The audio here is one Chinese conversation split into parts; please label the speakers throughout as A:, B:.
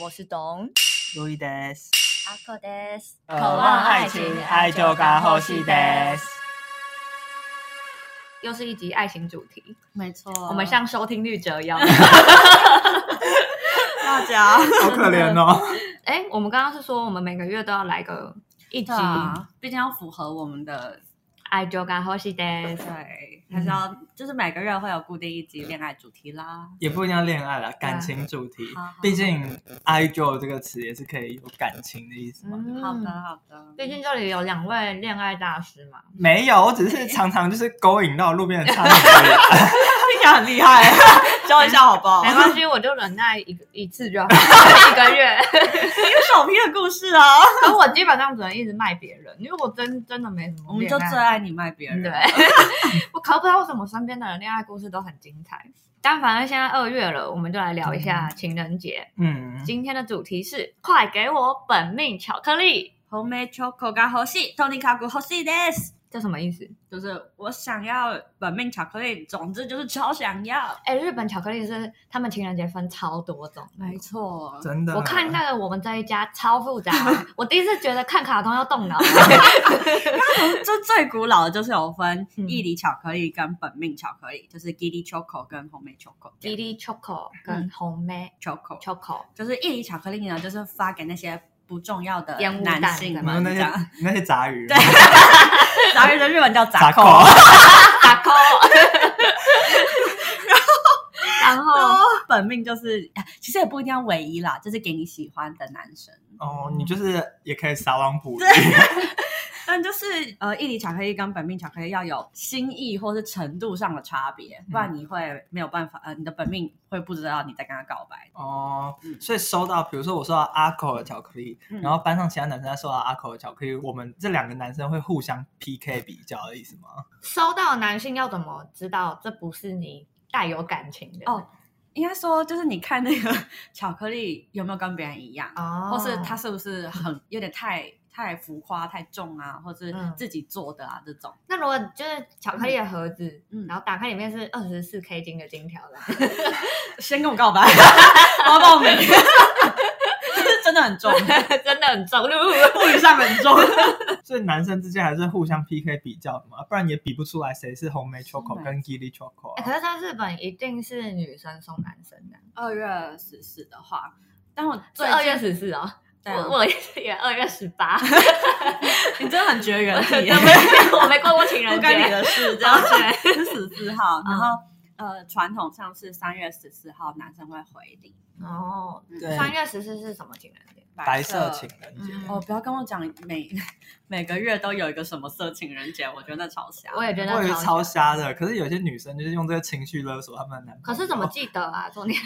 A: 我是董
B: 路易德斯，
A: 阿克德斯，
B: 渴望爱情，爱就该呼吸德。
A: 又是一集爱情主题，
C: 没错，
A: 我们向收听率折 腰。
C: 大家
B: 好可怜哦。
A: 哎，我们刚刚是说我们每个月都要来个一集
C: 对啊，毕竟要符合我们的
A: 爱就该呼吸的。
C: 对，嗯还是要、就是每个月会有固定一集恋爱主题啦。
B: 也不一定要恋爱啦，感情主题
C: 好好，
B: 毕竟 “idol” 这个词也是可以有感情的意思嘛。
A: 嗯
C: 好的，，好的，嗯
A: 毕竟这里有两位恋爱大师嘛，
B: 没有，我只是常常就是勾引到路边的苍蝇。
C: 听起来很厉 害，教一下好不好？
A: 没关系，我就忍耐一个一次就 好，一个月。
C: 一个小平的故 事啊，
A: 可我基本上只能一直卖别人，因为我真真的没什么。
C: 我们就最爱你卖别人。
A: 对， 我可不知道为什么身边的人恋爱故事都很精彩。但反正现在二月了，我们就来聊一下情人节。
B: 嗯，
A: 今天的主题是快给我本命巧克力，
C: ，Homemade choco が欲しい、トニカク欲しいです。
A: 这什么意思？
C: 就是我想要本命巧克力，总之就是超想要。
A: 哎，日本巧克力是他们情人节分超多种。
C: 没错，
B: 真的。
A: 我看那个我们这一家超复 杂，我第一次觉得看卡通要动 脑。
C: 这最古老的就是有分
A: 嗯
C: 伊犁巧克力跟本命巧克力，就是 Gili Choco 跟 Homemade Choco。
A: 吉利 choco 跟红梅
C: Choco
A: choco，
C: 就是伊犁巧克力呢，就是发给那些不重要的
A: 烟雾弹
C: 男性
B: 你说
C: 们
B: 那
C: 这
B: 些
C: 样。
B: 那些杂鱼，
C: 对，杂鱼的日文叫
B: 杂
C: 杂
B: 狗，
C: 扣。
A: 打 call。然
C: 然
A: 后
C: 后本命就是， 其实也不一定要唯一啦，就是给你喜欢的男生。
B: 哦，你就是也可以撒网捕鱼。
C: 但就是呃，伊犁巧克力跟本命巧克力要有心意或是程度上的差别，不
A: 嗯
C: 然你会没有办法，呃，你的本命会不知道你在跟他告白。
B: 哦
C: 嗯，
B: 所以收到，比如说我收到阿口的巧克力，
C: 嗯
B: 然后班上其他男生在收到阿口的巧克力，我们这两个男生会互相 PK 比较的意思吗？
A: 收到的男性要怎么知道这不是你带有感情的？
C: 哦应该说，就是你看那个 巧克力有没有跟别人一样，
A: 哦
C: 或是它是不是很有点太太浮夸、太重啊，或是
A: 嗯
C: 自己做的啊、这种。
A: 那如果就是巧克力的盒子，
C: 嗯
A: 然后打开里面是二十四 K 金的金条 的，
C: 先跟我告白， 我要报名， 这真的很重，
A: 真的很重，
C: 物理上很重。
B: 所以男生之间还是互相 PK 比较的嘛，不然也比不出来谁是红梅 choco
C: 是
B: 跟 gili choco
A: 哎
B: 啊、
A: 可是在日本一定是女生送男生的，
C: 二月十四的话，但我
A: 是
C: 最
A: 二月十四哦。
C: 对啊
A: 我我也是也二月十 八，
C: 你真的很绝缘体
A: 我没我没过过情人
C: 不干你
A: 节，
C: 的事，这样
A: 抱
C: 子
A: 歉。
C: 是十四号，
A: 嗯
C: 然后呃，传统上是三月十四号男生会回礼
A: 哦，
B: 对
A: 三月十四是什么情人节？
B: 白色情。人节。
A: 嗯
C: 哦，不要跟我讲每每个月都有一个什么色情人节，我觉得那超瞎。
A: 我也觉
B: 我
A: 得
B: 也是超
A: 小。
B: 瞎的，可是有些女生就是用这个情绪勒索她们的男朋友。哦
A: 可是怎么记得啊？重点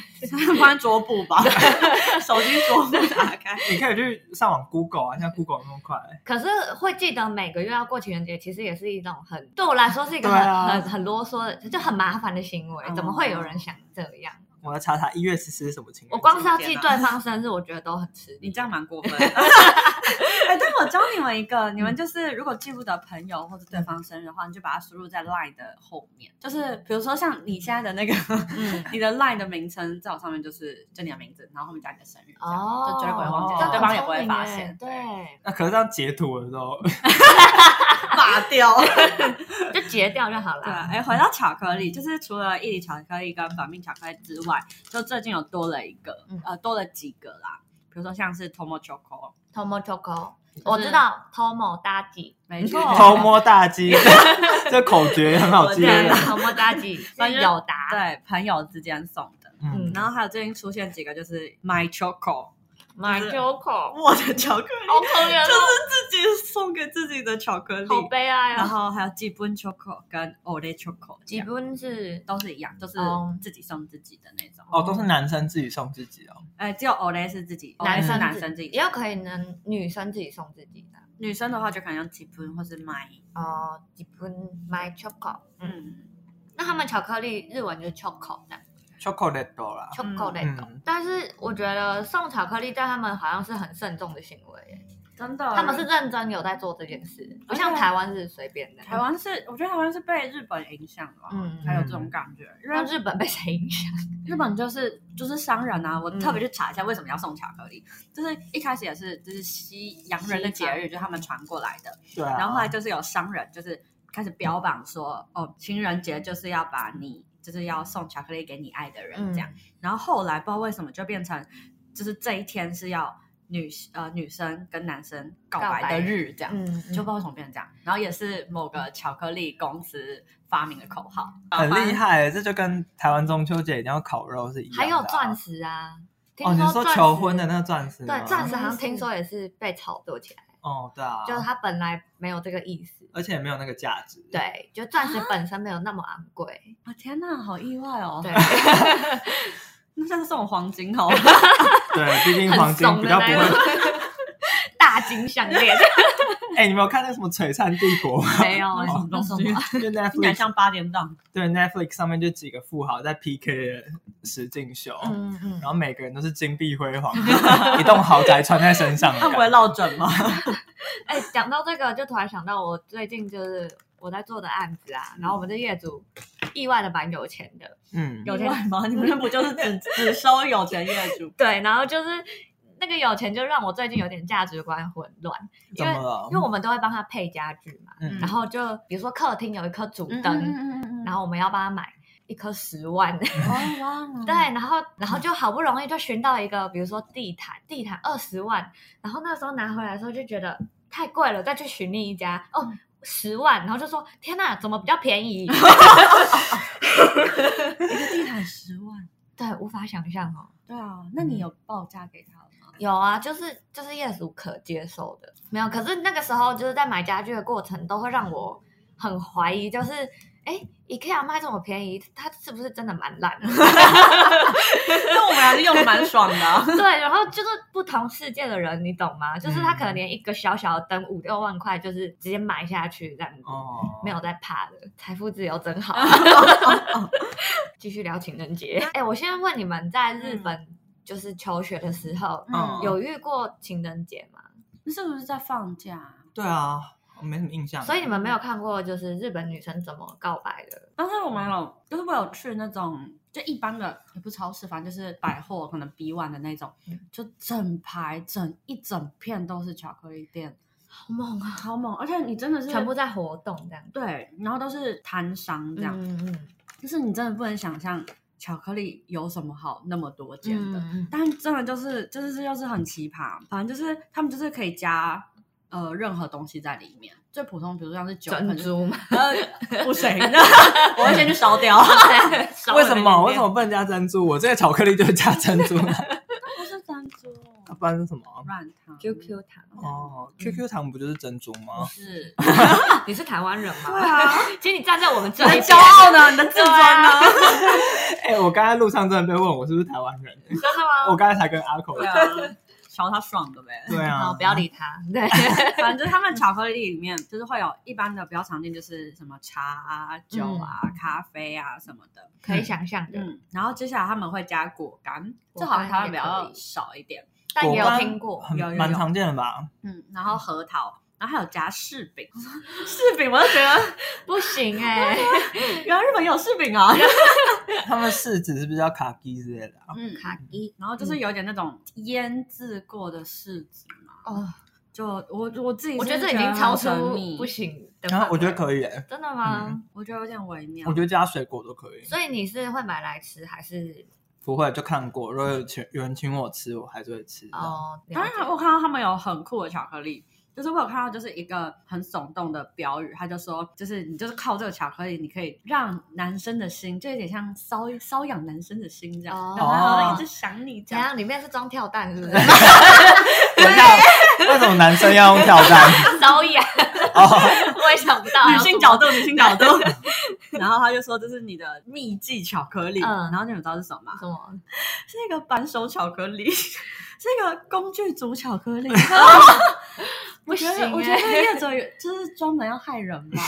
C: 放在桌布吧， 手机桌布打开。
B: 你可以去上网 Google 啊，现在 Google 那么快，
A: 可是会记得每个月要过情人节，其实也是一种很对我来说是一个很、
B: 对啊
A: 很很啰嗦的，就很麻烦的行为。
C: 嗯
A: 怎么会有人想这样？
B: 我要查查一月十四是什么情人节。
A: 我光是要记对方生日，我觉得都很吃
C: 你
A: 力。
C: 这样蛮过 分。哎，但我教你们一个，
A: 嗯
C: 你们就是如果记不得朋友或者对方生日的话，你就把它输入在 LINE 的后面。就是比如说像你现在的那个，
A: 嗯，
C: 你的 LINE 的名称最好上面就是就你的名字，然后后面加你的生日，这样
A: 哦，
C: 就绝对不会忘记
A: 这，样
C: 对方也不
A: 很
C: 会
A: 聪明
C: 发
A: 耶
C: 现，
A: 对，
B: 那可是这样截图的时候，
C: 拔掉。
A: 就截掉就好
C: 对，
A: 了。
C: 哎，回到巧克力，就是除了伊犁巧克力跟反面巧克力之外，就最近有多了一个
A: 嗯，
C: 呃，多了几个啦。比如说像是 Tomo Choco，
A: Tomo Choco，我知道 Tomo 大吉，
C: 没错，
A: 哦
B: 偷摸大 鸡，这口诀也很好记。
C: 对啊
A: 啊 Tomo 大吉
C: 反
A: 是
C: 正
A: 友达，
C: 对朋友之间送的。
B: 嗯，
C: 然后还有最近出现几个就是 My Choco，
A: 买
C: 就是
A: Choco，
C: 我的巧克
A: 好
C: 力，
A: 可怜
C: 就
A: 哦，
C: 是自己送给自己的巧克力。
A: 好悲哀
C: 然
A: 啊。
C: 后还有基本 Choco 跟 Ole Choco，
A: 几分是
C: 都是一样，都是
A: 哦
C: 自己送自己的那种。
B: 哦，都是男生自己送自己哦。
C: 哎，只有 Ole 是自己，
A: 男
C: Ole 是
A: 生
C: 男生自己
A: 也有可以能女生自己送自己的
C: 女生的话就可能用吉普或是麦，
A: 哦，几分 my choco，嗯，
C: 嗯，
A: 那他们巧克力日文就是 choco 这样
B: chocolate 啦，
C: 嗯
A: chocolate，、
B: 嗯
A: 但是我觉得送巧克力在他们好像是很慎重的行为耶，
C: 真的，
A: 他们是认真有在做这件事，不像
C: 而且
A: 台湾是随便的。
C: 哦啊台湾是，我觉得台湾是被日本影响的吧，
A: 嗯
C: 才有这种感觉。因为
A: 让日本被谁影响？
C: 日本就是就是商人啊，我
A: 嗯
C: 特别去查一下为什么要送巧克力，就是一开始也是就是西洋人的节日，就是他们传过来的，
B: 对啊，
C: 然后后来就是有商人就是开始标榜说，哦，情人节就是要把你就是要送巧克力给你爱的
A: 嗯
C: 人这样，然后后来不知道为什么就变成就是这一天是要女呃女生跟男生告
A: 告
C: 白
A: 白
C: 的日这样，
A: 嗯，嗯，
C: 就不知道为什么变成这样。然后也是某个巧克力公司发明的口号，
B: 很
C: 啊
B: 厉害，这就跟台湾中秋节一定要烤肉是一样的啊。
A: 还有钻石啊，听
B: 哦，你是说
A: 钻石
B: 求婚的那个钻石吗？
A: 对钻石好
C: 钻石
A: 像听说也是被炒作起来，
B: 哦，对啊，
A: 就是它本来没有这个意思。
B: 而且也没有那个价值。，
A: 对，就钻石本身没有那么昂贵。
C: 啊天哪，好意外哦！
A: 对，
C: 那下次送我黄金 好了。
B: 对，毕竟黄
A: 很
B: 金
A: 怂
B: 比
A: 的
B: 较不
A: 那
B: 会。
A: 种。 大金项链
B: 哎，你没有看那个什么《璀璨帝国》吗？
A: 没有
C: 那什么东 西
A: 那什么
C: 听
B: 就
C: 起来
B: Netflix
C: 像八点档，
B: 对 Netflix 上面就几个富豪在 PK 的实境秀，
A: 嗯嗯
B: 然，后每个人都是金碧辉煌， 一栋豪宅穿在身上的
C: 他
B: 感
C: 不
B: 觉。
C: 会落枕吗？
A: 哎，讲到这个，就突然想到我最近就是我在做的案子啊，然后我们的业主意外的蛮有钱的，
B: 嗯，
A: 有
C: 意
A: 钱
C: 外吗？你们不就是 只只收有钱业主？
A: 对，然后就是那个有钱就让我最近有点价值观混乱，因
B: 怎
A: 为
B: 么了
A: 因为？我们都会帮他配家具嘛，
B: 嗯
A: 然后就比如说客厅有一颗主灯，
C: 嗯嗯
A: 然后我们要帮他买一颗十万的，
C: 哦哇，
A: 对，然后然后就好不容易就寻到一个，比如说地毯，地毯二十万，然后那时候拿回来的时候就觉得太贵了，再去寻另一家哦。
C: 嗯
A: 十万，然后就说天哪，怎么比较便宜？
C: 一个地毯十万，
A: 对，无法想象哦。
C: 对啊，那你有报价给他吗？
A: 有啊，就是就是业主可接受的，没有。可是那个时候就是在买家具的过程，都会让我很怀疑，就是哎，IKEA 卖这么便宜，它是不是真的蛮烂的？
C: 那我们还是用的蛮爽的 啊。
A: 对，然后就是不同世界的人，你懂吗？就是他可能
B: 嗯
A: 连一个小小的灯五六万块，就是直接买下去这样子，
B: 哦，
A: 没有在怕的，财富自由真好。 继续聊情人节，哎，我现在问你们，在日本就是求学的时候，
B: 嗯
A: 有遇过情人节吗？
C: 是不是在放假？
B: 对啊，我没什么印象。
A: 所以你们没有看过就是日本女生怎么告白的？
C: 但是我
A: 嗯
C: 们有，就是我有去那种就一般的，也不是超市，反正就是百货，可能 B one 的那种，
A: 嗯
C: 就整排整一整片都是巧克力店，
A: 好猛啊！
C: 好猛！而且你真的是
A: 全部在活动这样，
C: 对，然后都是摊商这样，
A: 嗯嗯
C: 就是你真的不能想象巧克力有什么好那么多间的，
A: 嗯，
C: 但真的就是就是这就是很奇葩，反正就是他们就是可以加呃任何东西在里面，最普通比如像是酒，可
A: 珍
C: 能就
A: 珠嘛，
C: 呃 不行，我会先去烧掉。烧了
B: 嗯为什
C: 再
B: 么
C: 点
B: 为什么不能加珍珠？我这个巧克力就是加珍珠奶，
C: 不是珍珠，
B: 啊 不然是什么？
C: 软糖
A: QQ 糖。
B: 哦，QQ
A: 嗯
B: 糖不就是珍珠吗？
C: 是，
A: 你是台湾人吗？
C: 对啊，
A: 其实你站在我们这
C: 你的
A: 一边
C: 骄傲呢？你的自尊呢？
B: 哎，我刚才路上真的被问我是不是台湾人，
A: 真的吗？
B: 我刚才才跟阿口
C: 对啊，瞧他爽的呗。
B: 对啊
A: 好，，不要理他。对，
C: 反正他们巧克力里面就是会有一般的比较常见，就是什么茶啊、酒啊、咖啡啊什么的。
A: 可以想象的，
C: 嗯，然后接下来他们会加果干，
A: 果
C: 这
A: 干
C: 好像台湾比
A: 也
C: 较
A: 可以
C: 少一点。
A: 但也
B: 果干
A: 有听过。
B: 很
C: 有有
B: 蛮
C: 有
B: 常见的吧？
C: 嗯，然后核桃，然后还有加柿饼。柿饼，我就觉得
A: 不行哎，
C: 原来日本有柿饼啊。
B: 他们柿子是不是叫卡基之类的啊？
C: 嗯，
A: 卡一
C: 然后就是有点那种腌制过的柿子嘛。
A: 哦，
C: 就我我自己是
A: 我觉得这已
C: 很
A: 经超出
C: 神秘
A: 不行的
B: 然后啊
A: 范围。
B: 我觉得可以耶，
A: 真的吗？
C: 我觉得有点微妙
B: 我。觉得加水果都可以。
A: 所以你是会买来吃还是
B: 不会，就看过。如果有请有人请我吃，我还是会吃。哦，
A: 嗯哦？
C: 当然，我看到他们有很酷的巧克力，就是我有看到就是一个很耸动的标语，他就说，就是你就是靠这个巧克力，你可以让男生的心，就有点像搔搔痒男生的心这样，
A: 哦
C: 让他一直想你这
A: 怎
C: 样。
A: 样？里面是装跳蛋是 不是？
B: 等一 下，为什么男生要用跳蛋？
A: 导演，
B: 哦，
A: 我也想不到。
C: 女性角度，女性角度。然后他就说这是你的秘技巧克力，
A: 嗯
C: 然后你们知道是什 么吗？
A: 什么？
C: 是一 个扳手巧克力，是一个工具组巧克力。
A: 不行、欸。
C: 我觉得业者有就是专门要害人 吧。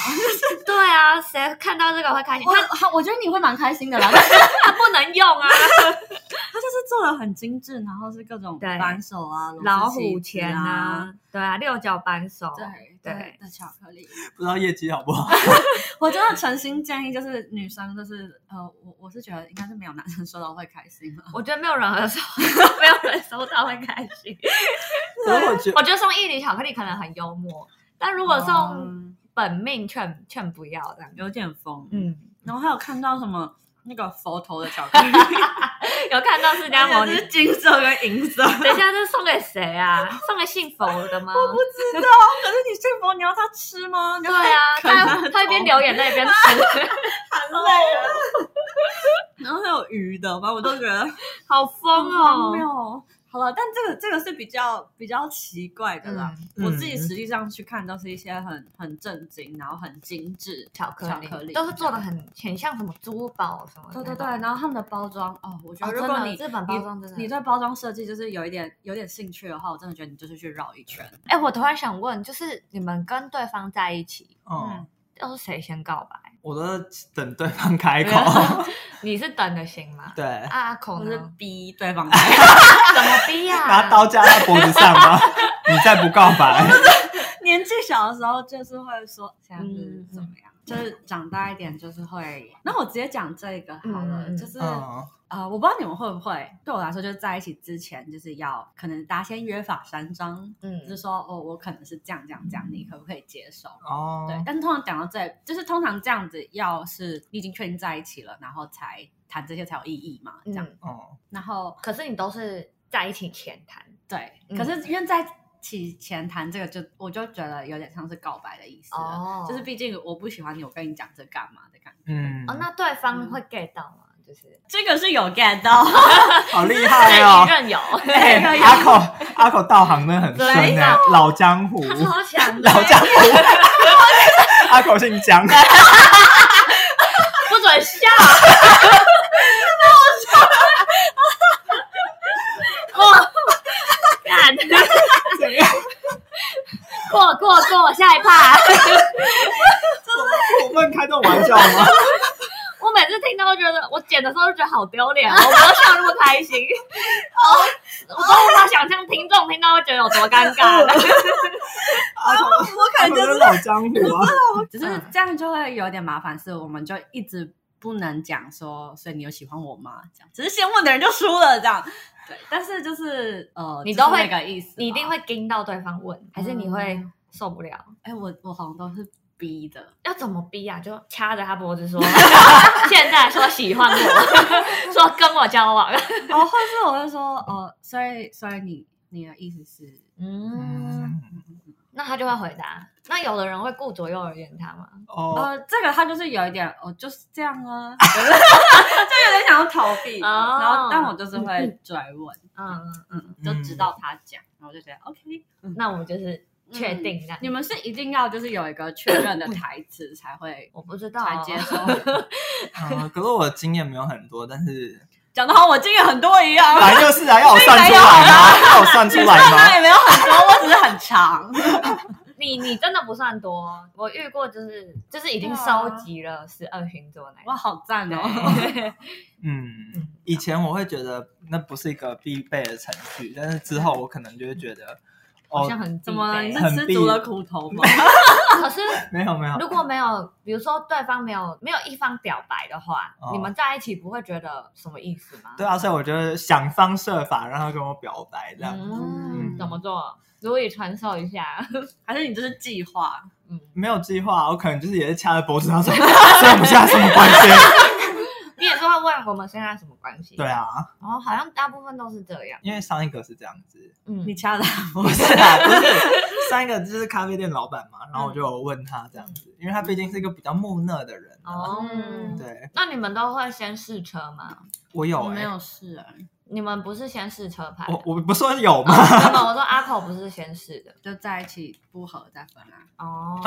A: 对啊，谁看到这个会开心？
C: 我
A: 他
C: 好我觉得你会蛮开心的啦，但是
A: 他不能用啊，
C: 他就是做的很精致，然后是各种
A: 对
C: 扳手啊、螺丝
A: 老
C: 起
A: 虎
C: 子
A: 钳
C: 啊
A: 啊，，对啊，六角扳手，
C: 对啊
A: 对
C: 对的巧克力。
B: 不知道业绩好 不好？
C: 我真的诚心建议，就是女生，就是呃，我我是觉得应该是没有男生收到会开心啊了。
A: 我觉得没有人会 收，没有人收到会开心。
B: 可是我觉得
A: 我觉得送一粒巧克力可能很幽默，但 如果送
C: 嗯
A: 本命劝劝不要这样。
C: 有点疯，嗯，
A: 嗯，
C: 然后还有看到什么那个佛头的巧克 力，
A: 有看到释迦牟 尼
C: 哎这是金色跟银 色。哦
A: 等一下，这送给谁啊？送给信佛 的吗？我不知
C: 知道，可是你信佛，你要他吃吗？你
A: 对
C: 要他
A: 啊，
C: 啃
A: 他
C: 的
A: 他一边
C: 头
A: 流眼泪一 边吃，
C: 含
A: 啊
C: 泪了。 然后还有鱼的吧，我都觉得
A: 好
C: 好
A: 疯
C: 荒
A: 哦！
C: 谬。嗯好了，但这个这个是比较比较奇怪的
A: 啊
C: 啦。
B: 嗯
C: 我自己
B: 嗯
C: 实际上去看都是一些很很震惊，然后很精致
A: 巧克力
C: 巧克力
A: 都是做的很很像什么珠宝什么的
C: 对
A: 那
C: 对
A: 种。
C: 对，然后他们的包装哦，我觉
A: 哦
C: 得如
A: 真
C: 果
A: 的
C: 你、
A: 日本包装真的
C: 你，你对包装设计就是有一点有点兴趣的话，我真的觉得你就是去绕一圈。
A: 哎，我突然想问，就是你们跟对方在一起，
B: 嗯，
A: 都是谁先告白？
B: 我都等对方开口。
A: 你是等的行吗？
B: 对，
A: 啊阿口
C: 我是
A: 呢？
C: 逼对方
A: 怎么逼啊呀？
B: 拿刀架在脖子上 吗？你再不告白，
C: 年纪小的时候就是会说现在是
A: 嗯
C: 怎么样，就是长大一点就是会。那我直接讲这个好了，
A: 嗯嗯
C: 就是、
B: 嗯，
C: 呃，我不知道你们会不会，对我来说就是在一起之前就是要可能大家先约法三章，
A: 嗯
C: 就是说哦，我可能是这样这样这样，你可不可以接受？
B: 哦，
C: 对，但通常讲到这，就是通常这样子，要是你已经确定在一起了，然后才谈这些才有意义嘛，这样。
A: 嗯
B: 哦，
C: 然后
A: 可是你都是在一起前谈，
C: 对，
A: 嗯
C: 可是因为在一起前谈这个就，我就觉得有点像是告白的意思了，
A: 哦
C: 就是毕竟我不喜欢你，我跟你讲这干嘛的感觉。
B: 嗯，
A: 哦，那对方
C: 嗯
A: 会 get 到吗？就是
C: 这个是有 get 到，
A: 哦
B: 好厉
A: 在
B: 害
A: 一
B: 哦！
A: 任有，
B: 哎
C: 这个有
B: 阿口阿口道行真的很
A: 对
B: 深哎，老江 湖，
A: 他超强的，欸
B: 老江湖，阿口姓 江，
A: 不准笑。 哦， 干，
B: 怎样？
A: 过过过，下一趴。
B: 我们开这种玩笑吗？
A: 我每次听到都觉得，我剪的时候就觉得好丢脸，我没有笑那么开 心，哦我我都无法想象听众听到会觉得有多尴 尬。
B: 阿口，
C: 我
B: 阿口是老江湖 啊！
C: 只是
A: 嗯
C: 这样就会有点麻烦，是我们就一直不能讲说，所以你有喜欢我吗？这样，只是先问的人就输了，这样。对，但是就是呃，
A: 你
C: 就是
A: 都会
C: 那个意思吧，
A: 你一定会盯到对方问，还是你会受不了？
C: 哎、我我好像都是逼的，
A: 要怎么逼啊？就掐着他脖子 说，现在说喜欢 我，说跟我交 往。
C: 然哦后或是我会说，呃，所以所以你你的意思是，
A: 嗯，那他就会回答。那有的人会顾左右而言他吗？
B: 哦，
C: 呃，这个他就是有一点，哦，就是这样啊， 就是就有点想要逃避，
A: 哦
C: 然后但我就是会追问，
A: 嗯，
C: 嗯，就直到他讲，然后我就觉得 OK，嗯
A: 那我们就是确定的。
C: 你们是一定要就是有一个确认的台词才会
A: 我不知道、
C: 才
A: 啊
C: 接受，
B: 嗯可是我经验没有很多，但 是
C: 讲的好我经验很多一样，
B: 来就是啊，要我算出来吗？
A: 啊
B: 要我 算出来
C: 那
B: 吗？
C: 也没有很多，我只是很长，
A: 你你真的不算多，哦我遇过就是就是已经收集了十二星座那一
C: 啊哇，
A: 种。
C: 好赞哦，
A: 对
B: 嗯。
A: 嗯
B: 以前我会觉得那不是一个必备的程序，但是之后我可能就会觉得，
A: 好
B: 哦
A: 像，很
C: 怎么了？ 你
A: 了？
C: 是吃足了苦头吗？
A: 可是
B: 没有没有，
A: 如果没有，比如说对方没有没有一方表白的话，
B: 哦
A: 你们在一起不会觉得什么意思吗？
B: 对啊，所以我就想方设法让他跟我表白这样。
A: 嗯，
C: 嗯
A: 怎么做？如以传授一下。
C: 还是你这是计划？
A: 嗯，
B: 没有计划，啊我可能就是也是掐着脖子上说，这我们现在什么关系？
A: 你也是会问我们现在什么关系？
B: 对，啊，
A: 然后好像大部分都是这样。
B: 因为上一个是这样 子，
A: 嗯
C: 你，掐的
B: 不是啊，不是上一个就是咖啡店老板嘛，然后我就有问他这样子，因为他毕竟是一个比较木讷的人、啊。
A: 哦，
C: 嗯
B: 对，
A: 那你们都会先试车吗？
B: 我有
C: 我
B: 哎、
C: 没有事哎、
A: 你们不是先试车牌的？
B: 我我不算有
A: 哦
B: 吗？
A: 没有，我说阿口不是先试的
C: 就在一起不合再分啊。
A: 哦，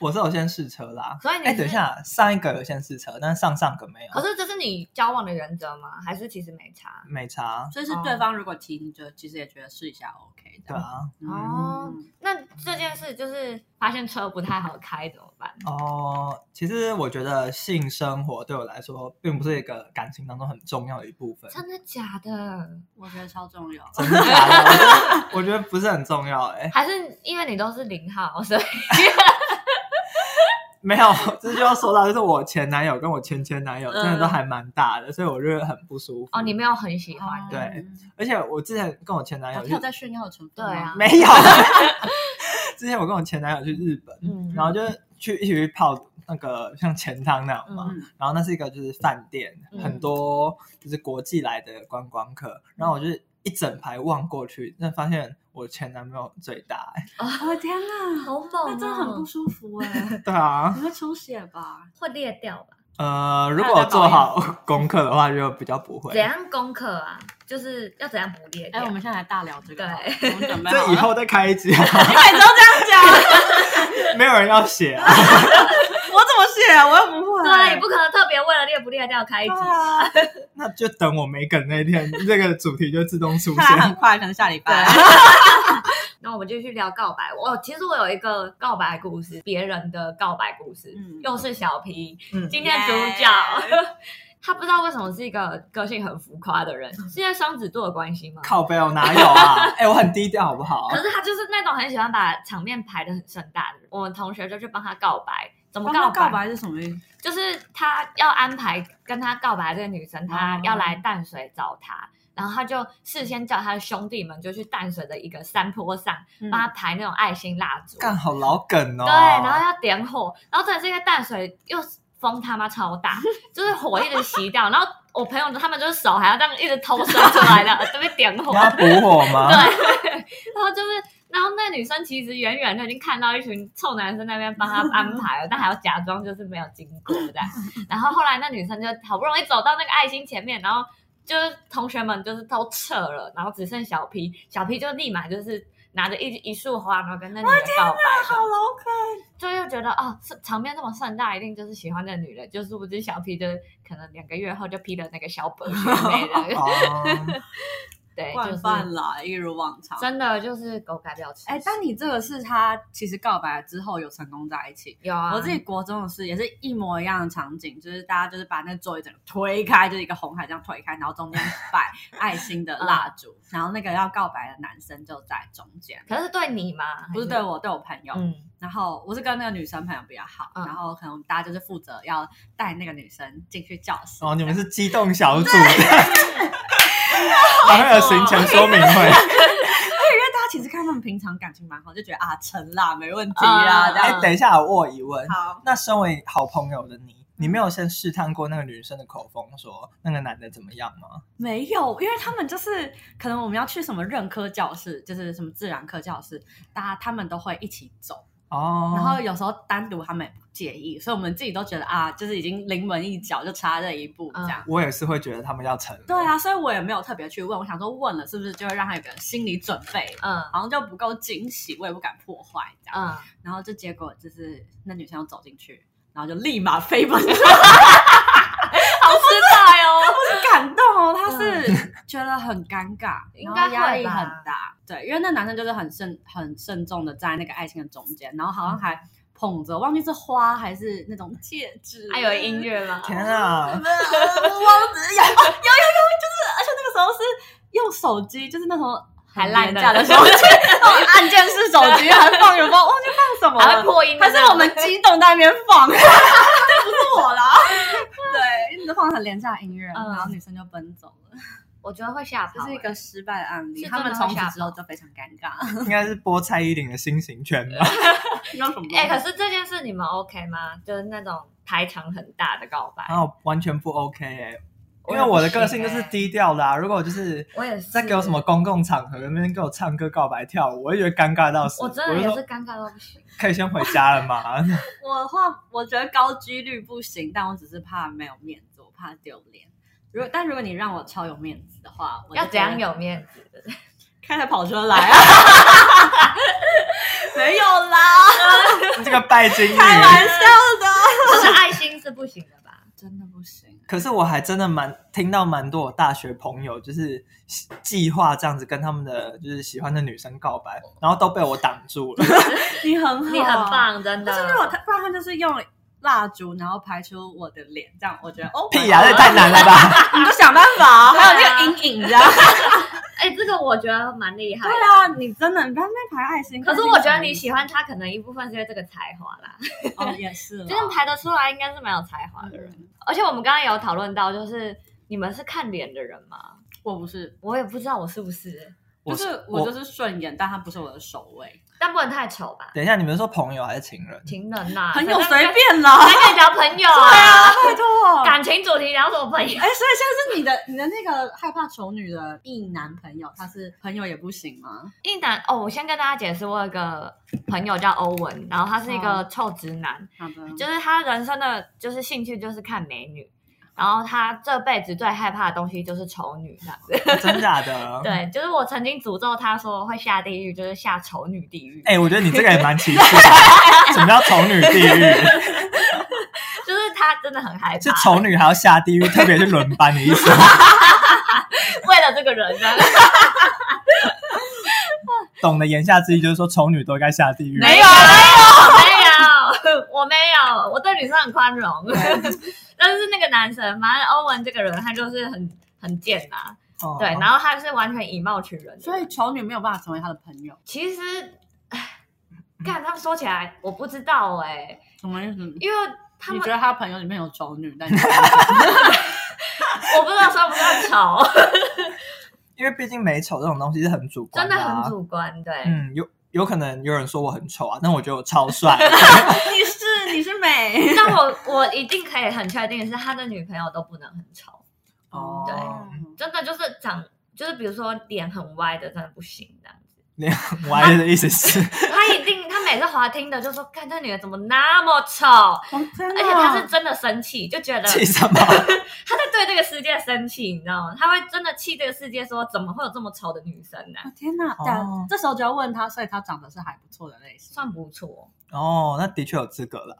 B: 我是有先试车啦。
A: 所以你
B: 哎，等一
A: 是，哦
B: 下，上一个有先试车，但是上上个没有。
A: 可是这是你交往的原则吗？还是其实没差？
B: 没差，
C: 所以是对方如果提，你就其实也觉得试一下 OK 的。
B: 对啊。
A: 哦
C: 嗯，
A: 那这件事就是发现车不太好开怎么办？
B: 哦，其实我觉得性生活对我来说，并不是一个感情当中很重要的一部分。
A: 真的假的？
C: 我觉得超重要。
B: 真的假的？啊我觉得我觉得不是很重要、哎，
A: 还是因为你都是零号，所以
B: 嗯没有，这就要说到，就是我前男友跟我前前男友真的都还蛮大的，所以我觉得很不舒服。
A: 嗯哦，你没有很喜欢
C: 哦
A: 的。
B: 对而且我之前跟我前男
C: 哦
B: 友
C: 他
B: 去
C: 有在炫耀的成分吗
A: 对啊
B: 没有， 之前我跟我前男友去日本，
A: 嗯
B: 然后就是去一起去泡那个像钱汤那种嘛，
C: 嗯
B: 然后那是一个就是饭店，
A: 嗯
B: 很多就是国际来的观光客，然后我就是一整排望过去，但发现我前男朋友最大、欸，
C: 我的哦天哪，
A: 好猛、哦，
C: 嗯那真的很不舒服 哎，
B: 对啊，
C: 你会出血吧？
A: 会裂掉吧？
B: 呃，如果我做好功课的话，就比较不会
A: 怎。样攻克啊？就是要怎样不裂
C: 哎，
A: 掉？
C: 我们现在来大聊这个，
A: 对
C: 我们准备好
B: 这
C: 了
B: 以后再开一集，啊
C: 哎你每周这样讲，
B: 没有人要写啊。
C: 我怎么写啊？我又不会。
A: 对，你不可能特别为了裂不裂掉开一集。
C: 啊，
B: 那就等我没梗那一天，这个主题就自动出
C: 看来 很
B: 现。
C: 快，可能下礼拜。啊
A: 那我们就去聊告白。我其实我有一个告白故事，别人的告白故事，
C: 嗯
A: 又是小 P，
B: 嗯，
A: 今天主角
C: Yeah
A: 他不知道为什么是一个个性很浮夸的人，是因为双子座的关系吗？
B: 靠背我哪有啊？哎、我很低调好不好
A: 可？是他就是那种很喜欢把场面排的很盛大的人。我们同学就去帮他告白，怎么
C: 刚
A: 告
C: 刚
A: 白？
C: 告白是什么意思？
A: 就是他要安排跟他告白这个女生，他要来淡水找他。然后他就事先叫他的兄弟们就去淡水的一个山坡上
C: 嗯
A: 帮
C: 啊
A: 他排那种爱心蜡烛，
B: 干好老梗哦。
A: 对，然后要点火，然后真的是因为淡水又风他妈超大，就是火一直袭掉，然后我朋友他们就是手还要这样一直偷伸出来的，这边点火
B: 你，要补我吗？
A: 对， 然后就是，然后那女生其实远远就已经看到一群臭男生在那边帮她安排了，但还要假装就是没有经过这样。然后后来那女生就好不容易走到那个爱心前面，然后就是同学们就是都撤了，然后只剩小 P，小 P 就立马就是拿着一一束花，然后跟那女人告白，
C: 老可
A: 就又觉得哦，是场面这么盛大，一定就是喜欢那女人，就是不知小 P 就是可能两个月后就劈了那个小本学 妹了，
B: 哦，
A: 对，就
C: 惯
A: 是
C: 犯了，一如往常。
A: 真的就是狗改不了吃屎。
C: 哎，但你这个是他其实告白之后有成功在一起。
A: 有啊，
C: 我自己国中的事也是一模一样的场景，就是大家就是把那桌椅整个推开，就是一个红海这样推开，然后中间 摆爱心
A: 嗯
C: 的蜡烛，然后那个要告白的男生就在中间，
A: 可是对你嘛，
C: 不是对我，对我朋友。
A: 嗯，
C: 然后我是跟那个女生朋友比较好，
A: 嗯
C: 然后可能大家就是负责要带那个女生进去教室。
B: 哦，你们是机动小组，还会有行前说明会。
C: 对，因为大家其实看他们平常感情蛮好，就觉得啊成啦，没问题啦，
A: 嗯
C: 这
B: 哎、
C: 样。
B: 等一下，我有疑问。
C: 好，
B: 那身为好朋友的你，你没有先试探过那个女生的口风说，那个男的怎么样吗？
C: 没有，因为他们就是可能我们要去什么任科教室，就是什么自然科教室，大家他们都会一起走，
B: 哦，
C: 然后有时候单独他们也不介意，所以我们自己都觉得啊，就是已经临门一脚，就差这一步这样。
B: 我也是会觉得他们要成。
C: 对，啊，所以我也没有特别去问，我想说问了是不是就会让他有个心理准备，
A: 嗯
C: 好像就不够惊喜，我也不敢破坏这样。
A: 嗯，
C: 然后就结果就是那女生又走进去，然后就立马飞奔出去
A: 好失败哦。
C: 感动哦，他是觉得很尴 尬，
A: 嗯
C: 然
A: 应该
C: 后
A: 会
C: 压力
A: 吧
C: 很大。对，因为那男生就是很慎很慎重的在那个爱心的中间，然后好
A: 嗯
C: 像还捧着，忘记是花还是那种戒指，
A: 还有音， 乐吗？
B: 天
C: 呃
B: 啊
C: 忘，记有有有有，就是而且那个时候是用手机，就是那时候。
A: 还烂的
C: 价的手机， 那种按键式手机还放什么？忘记放什么
A: 还会
C: 了？
A: 破音的
C: 还
A: 那
C: 是
A: 种，
C: 我们激动在那边 放，这不是我啦。 对，一直放很廉价的音乐，
A: 嗯
C: 然后女生就奔走了，
A: 我觉得会吓跑
C: 这是一
A: 欸。
C: 个失败的案例。
A: 是
C: 他们
A: 真的
C: 从
A: 会吓
C: 此
A: 跑
C: 之后就非常尴 尬。
B: 应该是菠菜一零的新型圈吧？
C: 用 什么
A: 哎，可是这件事你们 OK 吗？就是那种排场很大的告白，
B: 然后完全不 OK 哎、哦因为
A: 也不
B: 我的个性就
A: 行
B: 是
A: 欸，
B: 低调的、啊，如果就是
A: 我也是
B: 在给我什么，公共场合那边给我唱歌、告白、跳舞，我就觉得尴尬到死。
A: 我真
B: 就
A: 的也
B: 说
A: 是尴尬到不行。
B: 可以先回家了吗？
C: 我的话，我觉得高几率不行，但我只是怕没有面子，我怕丢脸。如果但如果你让我超有面子的话，我就
A: 要怎样
C: 觉得
A: 有面子？
C: 开台跑车来 啊？没有啦，
B: 这个拜金女。
C: 开玩笑的，
A: 就是爱心是不行的 吧？
C: 真的不行。
B: 可是我还真的蛮听到蛮多我大学朋友就是计划这样子跟他们的就是喜欢的女生告白，然后都被我挡住了。
C: 你很好，
A: 你很。棒，真
C: 可
A: 的。
C: 是如果他，不然他就是用蜡烛，然后排出我的脸，这样我觉得哦，
B: 屁呀、这也太难了吧！
C: 你就想办 法、
A: 对啊
C: 还有那个阴影，你知道吗？
A: 哎、这个我觉得蛮厉害
C: 对
A: 的。
C: 啊，你真的，你不要在那边排爱心。
A: 可是我觉得你喜欢他，可能一部分是因为这个才华 啦，
C: 哦，也是啦，
A: 真的排得出来，应该是蛮有才华的人。而且我们刚刚有讨论到，就是你们是看脸的人吗？
C: 我不是，
A: 我也不知道我是不是，
C: 就
B: 我
C: 是我就是顺眼，但他不是我的首位，
A: 但不能太丑吧？
B: 等一下，你们说朋友还是情 人？
A: 情人呐、
C: 朋友
A: 反
C: 随
A: 正
C: 便啦
A: 还，可以聊朋友 啊，
C: 拜托。
A: 感情主题聊什么朋
C: 哎，所
A: 友？
C: 以现在是你的你的那个害怕丑女的异男朋友，他是朋友也不行吗？
A: 一男哦，我先跟大家解释，我有个朋友叫欧文，然后他是一个
C: 哦
A: 臭直男，
C: 好的，
A: 就是他人生的就是兴趣就是看美女，然后他这辈子最害怕的东西就是丑女这
B: 嗯
A: 样子。
B: 真假的？。
A: 对，就是我曾经诅咒他说会下地狱，就是下丑女地狱，
B: 哎、我觉得你这个也蛮歧视的。什么叫丑女地狱？
A: 就是他真的很害怕，
B: 是丑女还要下地狱，特别是轮班的意思吗？
A: 为了这个人啊 这样。
B: 懂的言下之意就是说，丑女都该下地狱。
C: 没有
B: 啊
A: 没有，没有，我没有，我对女生很宽容。 但是那个男生，反正欧文这个人，他就是很很贱呐、啊
B: 哦
A: 对，然后他是完全以貌取人，
C: 所以丑女没有办法成为他的朋友，
A: 其实，看他们说起来，我不知道哎、
C: 什么意思？
A: 因为他
C: 你
A: 们
C: 觉得他朋友里面有丑女， 但你
A: 我不知道算不算丑，
B: 因为毕竟美丑这种东西是很主观
A: 真的
B: 啊
A: 很主观，对。
B: 嗯，有有可能有人说我很丑啊，但我觉得我超帅。啊
C: 你是你是美，
A: 但我我一定可以很确定的是，他的女朋友都不能很丑，
B: 哦
A: 对真的就是长，就是比如说脸很歪的，真的不行这样子。
B: 脸很歪的意思是，
A: 他一定，他每次滑听的就说：“看这女的怎么那么丑。”
C: 哦，真
A: 而
C: 的，
A: 且他是真的生气，就觉 得
B: 气什么？
A: 他在对这个世界生气，你知道吗？他会真的气这个世界说，怎么会有这么丑的女生呢、
C: 哦天哪！
B: 哦
C: 但这时候就要问他，所以他长得是还不错的类型。
A: 算不错，
B: 哦，那的确有资格了。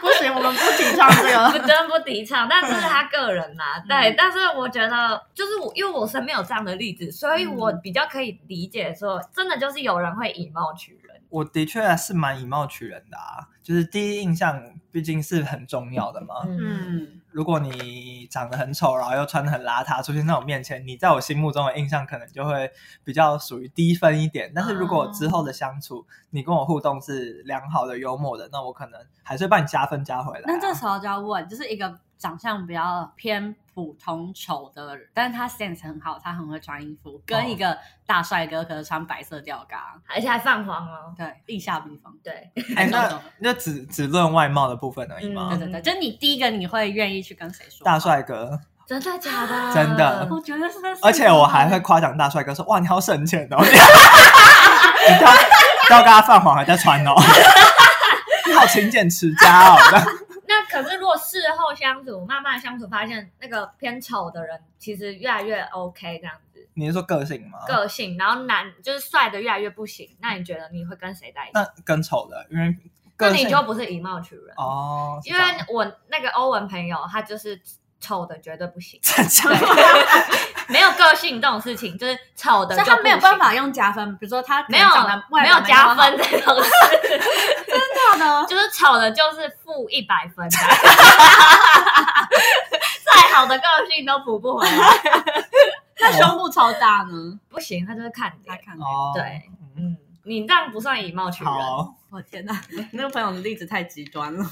C: 不行，我们不提倡这
A: 不
C: 个。
A: 真不提倡，但这是他个人啦、
C: 嗯
A: 对，但是我觉得，就是我因为我身边有这样的例子，所以
B: 嗯
A: 我比较可以理解说，真的就是有人会以貌取人。
B: 我的确是蛮以貌取人的啊，就是第一印象毕竟是很重要的嘛。
A: 嗯，
C: 嗯，
B: 如果你长得很丑，然后又穿得很邋遢，出现在我面前，你在我心目中的印象可能就会比较属于低分一点。但是如果之后的相处，你跟我互动是良好的、幽默的，那我可能还是会帮你加分加回来啊、
C: 那这时候就要问，就是一个长相比较偏普通丑的人，但是他 sense 很好，他很会穿衣服，
A: 哦
C: 跟一个大帅哥可是穿白色吊嘎，
A: 而且还泛黄哦。
C: 对，立下比方。
A: 对，
B: 哎、
C: 懂
B: 那
C: 懂
B: 那只只论外貌的部分而已吗？
C: 对对
A: 哦
C: 对，就是你第一个你会愿意去跟谁说？
B: 大，帅哥，
A: 真的假的？
B: 真的
C: 我觉得是。
B: 而且我还会夸奖大帅哥说：“哇，你好省钱哦！” 你吊吊嘎泛黄还在穿哦， 你好勤俭持家哦。
A: 那可是如果事后相处，慢慢相处，发现那个偏丑的人其实越来越 OK 这样子，
B: 你是说个性吗？
A: 个性，然后男就是帅的越来越不行，那你觉得你会跟谁在一起？
B: 那跟丑的，因为
A: 那
B: 嗯个
A: 你
B: 性
A: 就不是以貌取人，
B: 哦，
A: 因为我那个欧文朋友他就是丑的绝对不行，
B: 这样
A: 没有个性这种事情，就是丑的
C: 所以
A: 就
C: 他
A: 不
C: 没有办
A: 行
C: 法。用加分，比如说他可能
A: 没有
C: 长得外
A: 没
C: 表
A: 有加
C: 那么好
A: 分这种事，
C: 真的呢，
A: 就是丑的，就是负一百分啊的， 再好的个性都补不回来。
C: 那胸部超大呢？
A: 不行，他就是看
C: 他
A: 脸。
C: 看到，
B: 哦，
A: 对
B: 嗯，
A: 嗯，你这样不算以貌取人。
B: 好，
C: 我天哪， 那个朋友的例子太极端了。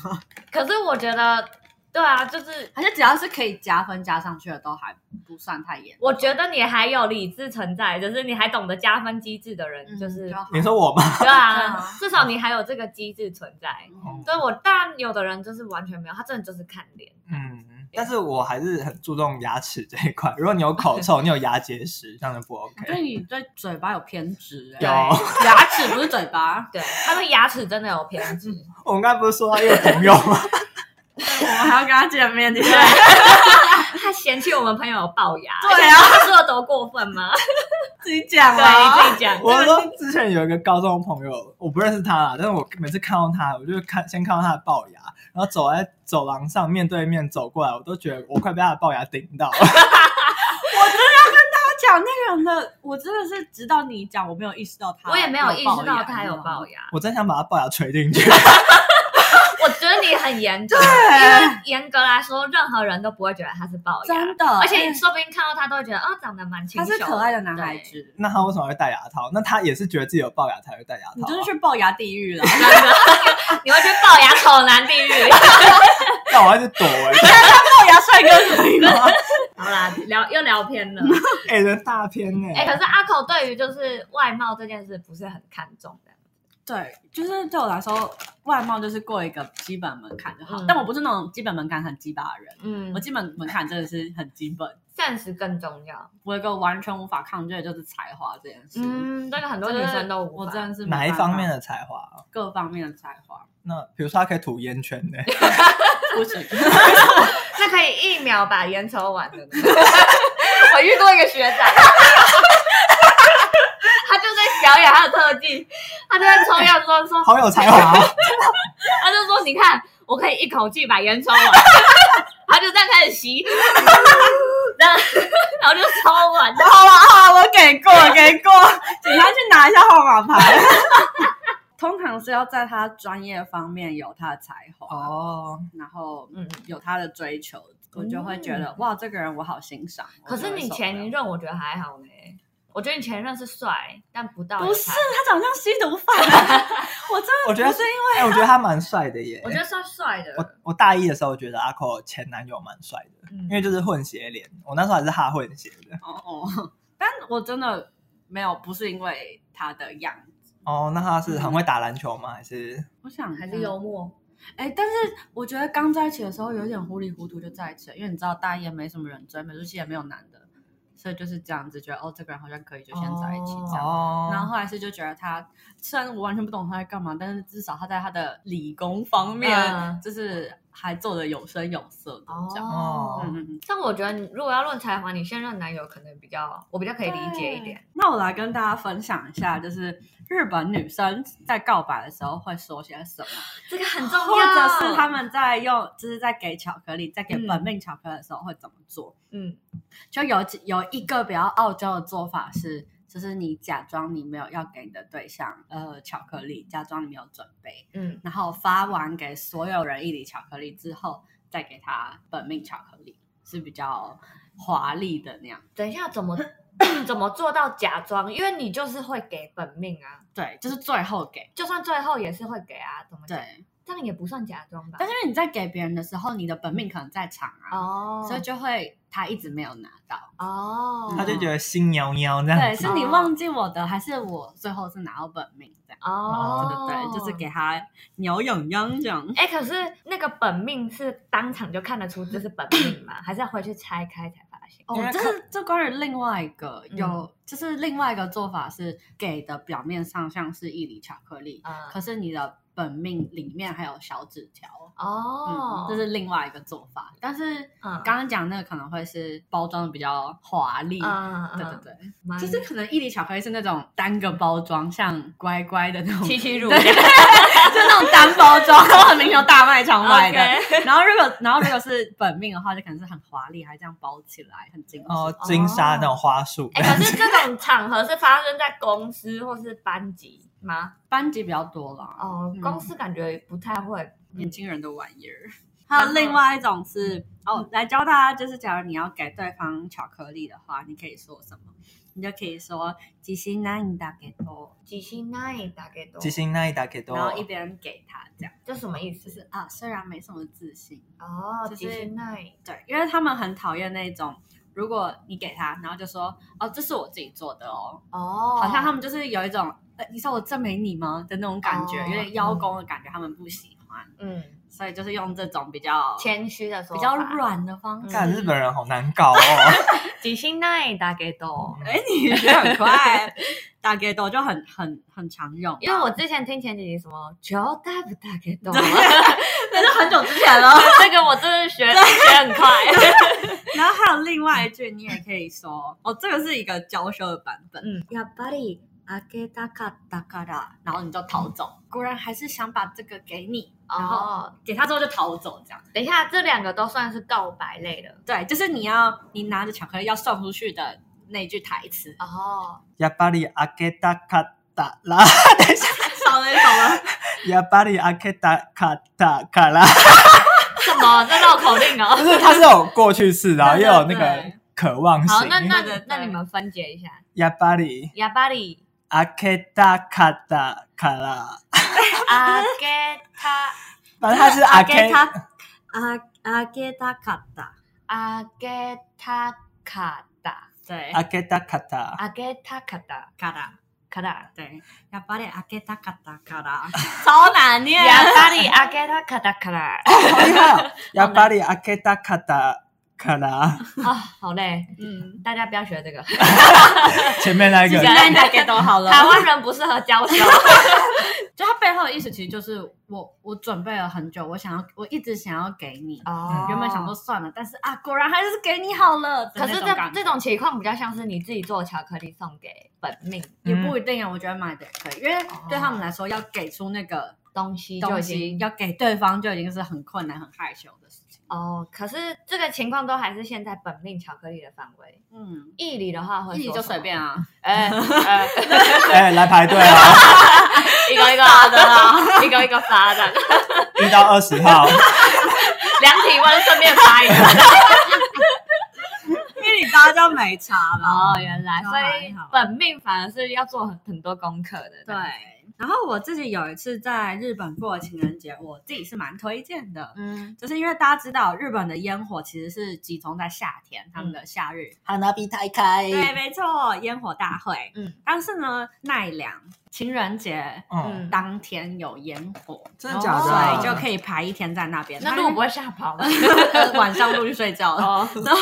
A: 可是我觉得，对啊，就是
C: 还是只要是可以加分加上去的，都还不算太严。
A: 我觉得你还有理智存在，就是你还懂得加分机制的人，
C: 嗯
A: 就是
C: 就好
B: 你说我吗？
A: 对
C: 对
A: 啊
C: 啊，
A: 至少你还有这个机制存在。
C: 嗯
A: 对我，当然有的人就是完全没有，他真的就是看脸。
B: 嗯，但是我还是很注重牙齿这一块。如果你有口臭，你有牙结石，这样就不 OK。
C: 对你对嘴巴有偏执、
A: 有。
C: 欸，牙齿不是嘴 巴
A: 对，他们牙齿真的有偏执。
C: 嗯
B: 我们刚才不是说到一个朋友吗？
C: 我们还要跟他见面，对不对？
A: 他嫌弃我们朋友有龅牙，
C: 对啊，
A: 说的多过分 吗？
C: 自己讲
A: 对，
C: 啊，
A: 你自己 讲。
B: 我说之前有一个高中朋友，我不认识他啦，但是我每次看到他，我就看先看到他的龅牙，然后走在走廊上面对面走过来，我都觉得我快被他的龅牙顶到了。
C: 他讲那个人的，我真的是直到你讲，我没有意识到他，
A: 我也没有意识到他有
C: 龅
A: 龅
C: 牙。
A: 牙，
B: 我真想把他龅牙锤进去。
A: 我觉得你很严格，
C: 对
A: 因为严格来说，任何人都不会觉得他是龅牙，
C: 真的嗯
A: 而且你说不定看到他都会觉得，哦，长得蛮清
C: 他
A: 秀
C: 是
A: 的，
C: 可爱的男孩
A: 对
C: 子，
B: 那他为什么会戴牙套？那他也是觉得自己有龅牙才会戴牙套、啊。
C: 你就是去龅牙地狱了。
A: 真的，你会去龅牙口难地狱。
B: 那我还是躲哎、
C: 龅牙帅哥 可以吗？
A: 好啦，聊又聊偏了。
B: 哎、人大片呢、
A: 哎、可是阿口对于就是外貌这件事不是很看重的。
C: 对，就是对我来说，外貌就是过一个基本门槛就好。
A: 嗯
C: 但我不是那种基本门槛很鸡巴的人，
A: 嗯
C: 我，基本门槛真的是很基本。
A: 现实更重要。
C: 我有一个完全无法抗拒的就是才华这件事。
A: 嗯，这个很多
C: 真
A: 女
C: 的是
A: 生都无
C: 我
A: 法
C: 真的是没
B: 哪一
C: 办
B: 方
C: 法
B: 面？的才华啊、
C: 各方面的才华，
B: 那比如说他可以吐烟圈 呢、
C: 不 行。
A: 那可以一秒把烟抽完的那种。 我遇过一个学长， 他就在表演他的特技，他就在抽烟的时候说，
B: 好有才华、啊！
A: 他就说你看，我可以一口气把烟抽 完，他就这样开始 吸，然后然后就抽完了。
C: 好了好了，我给 过给过，请他去拿一下号码牌。 通常是要在他专业方面有他的才华，
B: 哦，
C: 然后
A: 嗯
C: 有他的追求，我就会觉得哇，这个人我好欣赏。
A: 可是你前一
C: 任
A: 任我觉得还好呢，我觉得你前一任是帅，但不到
C: 不
A: 有
C: 是
A: 才
C: 他长相吸毒犯 啊，我真的
B: 我觉得
C: 不是因为
B: 哎、我觉得他蛮帅的耶。
A: 我觉得算帅的，
B: 我我大一的时候觉得阿寇前男友蛮帅的，
A: 嗯
B: 因为就是混血脸，我那时候还是哈混血的。
C: 哦哦，但我真的没有，不是因为他的样子。
B: 哦，那他是很会打篮球吗？还是
C: 我想
A: 还是幽默。
C: 哎、但是我觉得刚在一起的时候有点糊里糊涂就在一起了，因为你知道大一也没什么人追，美术系也没有男的，所以就是这样子觉得哦，这个人好像可以就先在一起这样。
B: 哦
C: 嗯然后后来是就觉得他，虽然我完全不懂他在干嘛，但是至少他在他的理工方面，
A: 嗯
C: 就是还做的有声有色的这样。
A: 哦
C: 嗯，嗯嗯，
A: 但我觉得，你如果要论才华，你现任男友可能比较，我比较可以理解一点。
C: 对。那我来跟大家分享一下，就是日本女生在告白的时候会说些什么。
A: 这个很重哦要，
C: 或者啊是他们在用，就是在给巧克力，在给
A: 嗯
C: 本命巧克力的时候会怎么做？
A: 嗯
C: 就有几有一个比较傲娇的做法是，就是你假装你没有要给你的对象呃巧克力，假装你没有准备，
A: 嗯，
C: 然后发完给所有人一粒巧克力之后，再给他本命巧克力，是比较华丽的那样。
A: 等一下怎么 怎么做到假装？因为你就是会给本命啊，
C: 对，就是最后给。
A: 就算最后也是会给啊，怎么讲？
C: 对，
A: 这样也不算假装吧？
C: 但是因为你在给别人的时候，你的本命可能在场啊，
A: 哦
C: 所以就会他一直没有拿到。
A: 哦，
B: 他就觉得心喵喵这样
C: 嗯对，
B: 子。
C: 是你忘记我的，还是我最后是拿到本命这样？
A: 哦，
C: 对对，就是给。他挠痒痒这样。
A: 哎，可是那个本命是当场就看得出这是本命吗？还是要回去拆开才发现？
C: 哦
B: 因为，
C: 这
B: 可
C: 是这关于另外一个
A: 嗯
C: 有，就是另外一个做法是给的表面上像是一粒巧克力，
A: 嗯
C: 可是你的本命里面还有小纸条。嗯，，
A: 哦
C: 这是另外一个做法，但是
A: 嗯
C: 刚刚讲那个可能会是包装的比较华丽，
A: 嗯，嗯
C: 对对，对，
A: 蛮
C: 就是可能一粒巧克力是那种单个包装，像乖乖的那种
A: 七七乳
C: 对，就 那种单包装，然后很明显有大卖场买的。
A: OK
C: 然后如果然后如果是本命的话，就可能是很华丽，还这样包起来，很精致。
B: 哦，金沙那种花
C: 哦
B: 束。
A: 哎、可是这种场合是发生在公司或是班级吗？
C: 班级比较多啦，
A: 哦
C: 嗯，
A: 公司感觉不太会。
C: 年轻人的玩意儿。还有
A: 嗯
C: 另外一种是哦，来教大家，就是假如你要给对方巧克力的话，你可以说什么？你就可以说“吉西那你打给多
A: 几星奈大概 多，
B: 吉星那一打给”，多，
C: 然后一边给他这样，
A: 这什么意
C: 就
A: 思？
C: 是啊，虽然没什么自信，
A: 哦，
C: 就是
A: 吉星奈，
C: 对，因为他们很讨厌那种，如果你给他，然后就说哦，这是我自己做的哦，
A: 哦，
C: 好像他们就是有一种，呃，你说我证明你吗的那种感觉，
A: 哦
C: 有点邀功的感觉，他们不喜欢，
A: 嗯
C: 所以就是用这种比较
A: 谦虚的说
C: 比
A: 法嗯
C: 较。软的方式。
B: 看日
C: 嗯
B: 本 人好难搞哦。
A: 吉星奈大概多，
C: 哎，你学很快，大概都就很很很常用吧，
A: 因为我之前听前几集什么“九大不大给懂”，
C: 那是很久之前了。
A: 这个我真的学学很快。
C: 然后还有另外一句，你也可以说哦，这个是一个娇羞的版本，
A: 嗯，
C: やっぱりあげたかったから，然后你就逃走，果然还是想把这个给你，然后
A: 哦，
C: 给他之后就逃走，这样
A: 等一下，这两个都算是告白类的。
C: 对，就是你要你拿着巧克力要送出去的那句台词，
A: 哦，
B: 亚巴里阿给达卡达拉，
C: 啊少了少了，
B: 亚巴里阿给达卡达卡 拉，
A: 什么？这绕口 令
B: 就
A: 哦。
B: 是它是有过去式，然后又有
C: 对
B: 那个
C: 对
B: 渴望
A: 好，
B: 型。
A: 那那
C: 对对对
A: 那你们分解一下。
B: 亚巴里
A: 哑巴里
B: 阿给达卡达卡拉，
A: 阿给他
B: 反正 它是阿给
C: 他啊啊给他卡达，
A: 阿给他卡达
C: 对
B: 阿给达卡达。
A: 阿给他卡达
C: 卡达，
A: 卡达
C: 对，要把你啊给他卡达卡 达，超难念
A: 哑巴里阿给他卡达卡达。
B: 好厉害哦！亚巴里阿克达卡达卡达，
A: 啊，好累，
C: 嗯，
A: 大家不要学这个。
B: 前面那一
C: 直
B: 个
C: 接让大家都好了。
A: 台湾人不适合教 授。
C: 就它背后的意思，其实就是我我准备了很久，我想要，我一直想要给你。
A: 哦
C: 原本想说，算了，但是啊，果然还是给你好了。
A: 可是
C: 的那
A: 这
C: 感觉嗯
A: 这种情况比较像是你自己做巧克力送给本命
C: 也
B: 嗯
C: 不一定啊，我觉得买的也可以，因为对他们来说，要给出那个
A: 东西就
C: 东
A: 已
C: 西，
A: 经
C: 要给对方就已经是很困难、很害羞的事情。
A: 哦。可是这个情况都还是现在本命巧克力的范围。
C: 嗯，
A: 义理的话会
C: 一起
A: 说
C: 就
A: 什么
C: 随。便啊，
A: 哎哎，
B: 哎、来排 队哦，
A: 一个一个
C: 啊
A: 发呃 的，一个一个发的，
B: 一到二十号，
A: 量体温顺便发一 个。
C: 因为你大家就没差
A: 哦，原来，
C: 都
A: 所
C: 还
A: 以
C: 好
A: 本命反而是要做很很多功课的。
C: 对，然后我自己有一次在日本过情人节，我自己是蛮推荐的。
A: 嗯，
C: 就是因为大家知道日本的烟火其实是集中在夏天，他
A: 嗯
C: 们的夏
A: 哎
C: 日、
B: 哈娜比太开
C: 对，没错，烟火大会。
A: 嗯
C: 嗯，但是呢，奈良情人节
B: 嗯，
C: 当天有烟火，
B: 真的假的、
A: 哦
B: 啊？
C: 所以就可以排一天在那边。
A: 那
C: 但是
A: 路不会吓跑吗？
C: 晚上陆续睡觉了。
A: 哦，
C: 然后